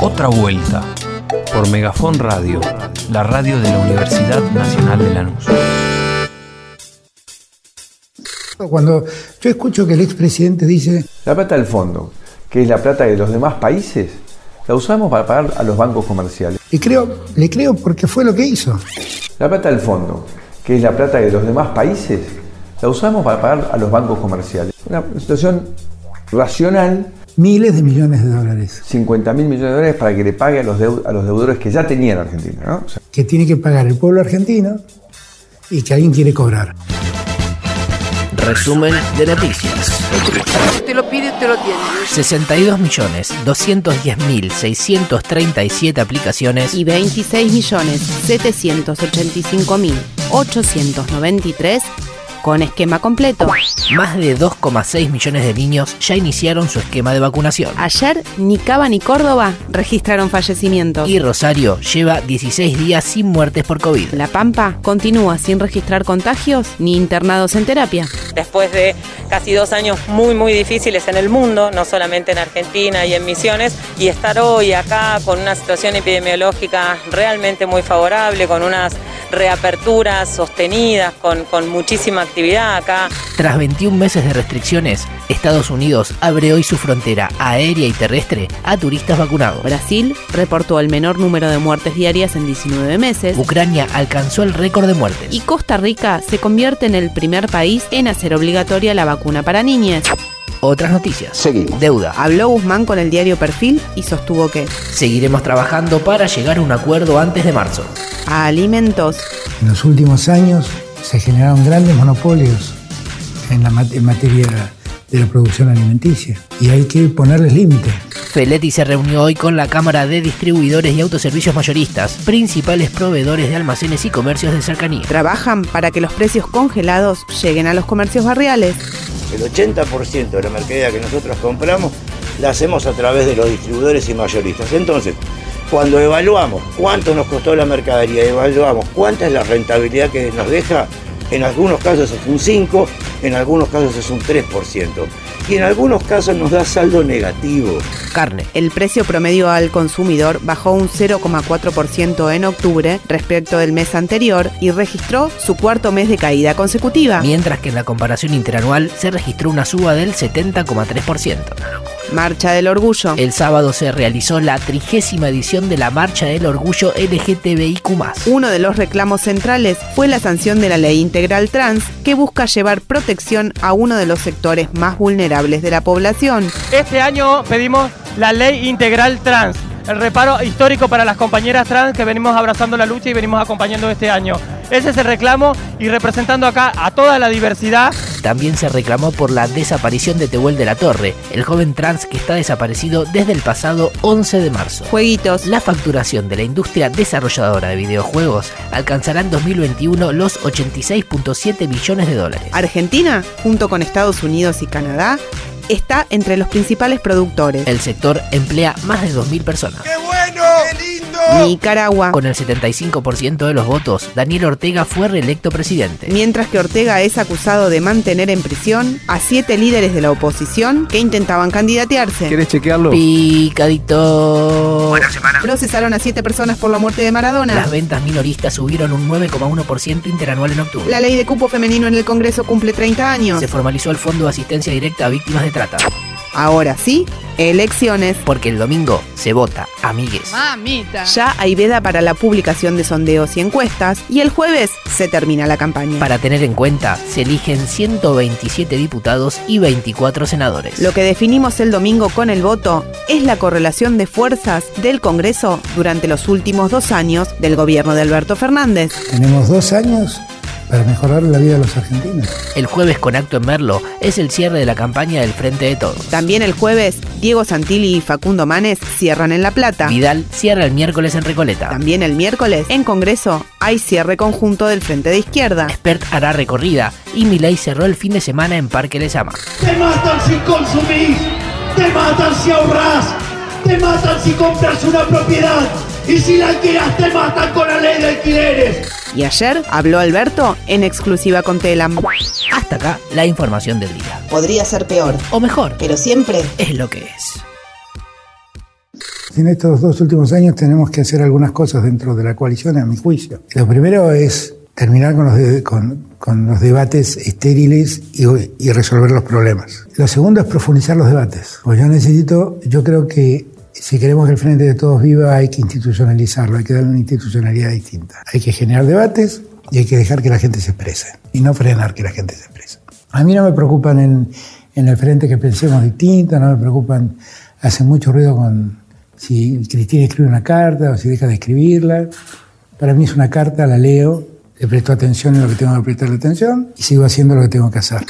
Otra vuelta por Megafón Radio, la radio de la Universidad Nacional de Lanús. Cuando yo escucho que el expresidente dice La plata del fondo, que es la plata de los demás países, la usamos para pagar a los bancos comerciales. Le creo, le creo porque fue lo que hizo. La plata del fondo, que es la plata de los demás países, la usamos para pagar a los bancos comerciales. Una situación racional, Miles de millones de dólares 50 mil millones de dólares para que le pague a los, deu- a los deudores que ya tenía en Argentina. ¿no? O sea, que tiene que pagar el pueblo argentino y que alguien quiere cobrar. Resumen de noticias. Te lo pide, te lo tiene. 62.210.637 aplicaciones y 26.785.893 con esquema completo. y más de 2,6 millones de niños ya iniciaron su esquema de vacunación. Ayer ni Cava ni Córdoba registraron fallecimientos. Y Rosario lleva 16 días sin muertes por COVID. La Pampa continúa sin registrar contagios ni internados en terapia. después de casi dos años muy, muy difíciles en el mundo, no solamente en Argentina y en Misiones, y estar hoy acá con una situación epidemiológica realmente muy favorable, con unas reaperturas sostenidas, con, con muchísima actividad acá. Tras 21 meses de restricciones, Estados Unidos abre hoy su frontera aérea y terrestre a turistas vacunados. Brasil reportó el menor número de muertes diarias en 19 meses. Ucrania alcanzó el récord de Y muertes. Costa Rica se convierte en el primer país en hacer obligatoria la vacuna para niñas. Otras noticias. Seguimos. Deuda. Habló Guzmán con el diario Perfil y sostuvo que Seguiremos trabajando para llegar a un acuerdo antes de marzo. a alimentos En los últimos años se generaron grandes monopolios en, la, mat- en materia de la producción alimenticia y hay que ponerles límite. Feletti se reunió hoy con la Cámara de Distribuidores y Autoservicios Mayoristas, principales proveedores de almacenes y comercios de cercanía. Trabajan para que los precios congelados lleguen a los comercios barriales. El 80% de la mercadería que nosotros compramos la hacemos a través de los distribuidores y mayoristas. Entonces, cuando evaluamos cuánto nos costó la mercadería, evaluamos cuánta es la rentabilidad que nos deja, en algunos casos es un 5, en algunos casos es un 3%. Y en algunos casos nos da saldo negativo. Carne. El precio promedio al consumidor bajó un 0,4% en octubre respecto del mes anterior y registró su cuarto mes de caída consecutiva. Mientras que en la comparación interanual se registró una suba del 70,3%. Marcha del Orgullo. El sábado se realizó la trigésima edición de la Marcha del Orgullo LGTBIQ. Uno de los reclamos centrales fue la sanción de la ley integral trans que busca llevar protección a uno de los sectores más vulnerables de la población. Este año pedimos la ley integral trans, el reparo histórico para las compañeras trans que venimos abrazando la lucha y venimos acompañando este año. Ese es el reclamo y representando acá a toda la diversidad. También se reclamó por la desaparición de Tehuel de la Torre, el joven trans que está desaparecido desde el pasado 11 de marzo. Jueguitos. La facturación de la industria desarrolladora de videojuegos alcanzará en 2021 los 86.7 millones de dólares. Argentina, junto con Estados Unidos y Canadá, está entre los principales productores. El sector emplea más de 2.000 personas. Nicaragua, Con el 75% de los votos, Daniel Ortega fue reelecto presidente. mientras que Ortega es acusado de mantener en prisión a siete líderes de la oposición que intentaban candidatearse. chequearlo? Picadito. Procesaron a siete personas por la muerte de Las Maradona. ventas minoristas subieron un 9,1% interanual en octubre. La ley de cupo femenino en el Congreso cumple 30 años. Se formalizó el Fondo de Asistencia Directa a Víctimas de Trata. Ahora sí, elecciones. Porque el domingo se vota, amigues. Mamita. Ya hay veda para la publicación de sondeos y encuestas y el jueves se termina la campaña. Para tener en cuenta, se eligen 127 diputados y 24 senadores. Lo que definimos el domingo con el voto es la correlación de fuerzas del Congreso durante los últimos dos años del gobierno de Alberto Fernández. Tenemos dos años para mejorar la vida de los argentinos. El jueves con acto en Merlo es el cierre de la campaña del Frente de Todos. También el jueves, Diego Santilli y Facundo Manes cierran en La Plata. Vidal cierra el miércoles en Recoleta. También el miércoles, en Congreso, hay cierre conjunto del Frente de Izquierda. Expert hará recorrida y Milei cerró el fin de semana en Parque Lesama. Te matan si consumís, te matan si ahorrás, te matan si compras una propiedad y si la alquilas te matan con la ley de alquileres. Y ayer habló Alberto en exclusiva con Telam. Hasta acá la información del día. Podría ser peor, O mejor, pero siempre es lo que es. En estos dos últimos años tenemos que hacer algunas cosas dentro de la coalición, a mi juicio. Lo primero es terminar con los, de- con, con los debates estériles y, y resolver los problemas. Lo segundo es profundizar los debates. Pues yo necesito, yo creo que si queremos que el Frente de Todos viva hay que institucionalizarlo, hay que darle una institucionalidad distinta. Hay que generar debates y hay que dejar que la gente se exprese y no frenar que la gente se exprese. A mí no me preocupan en, en el frente que pensemos distinto, no me preocupan, hace mucho ruido con si Cristina escribe una carta o si deja de escribirla. Para mí es una carta, la leo, le presto atención en lo que tengo que prestarle atención y sigo haciendo lo que tengo que hacer.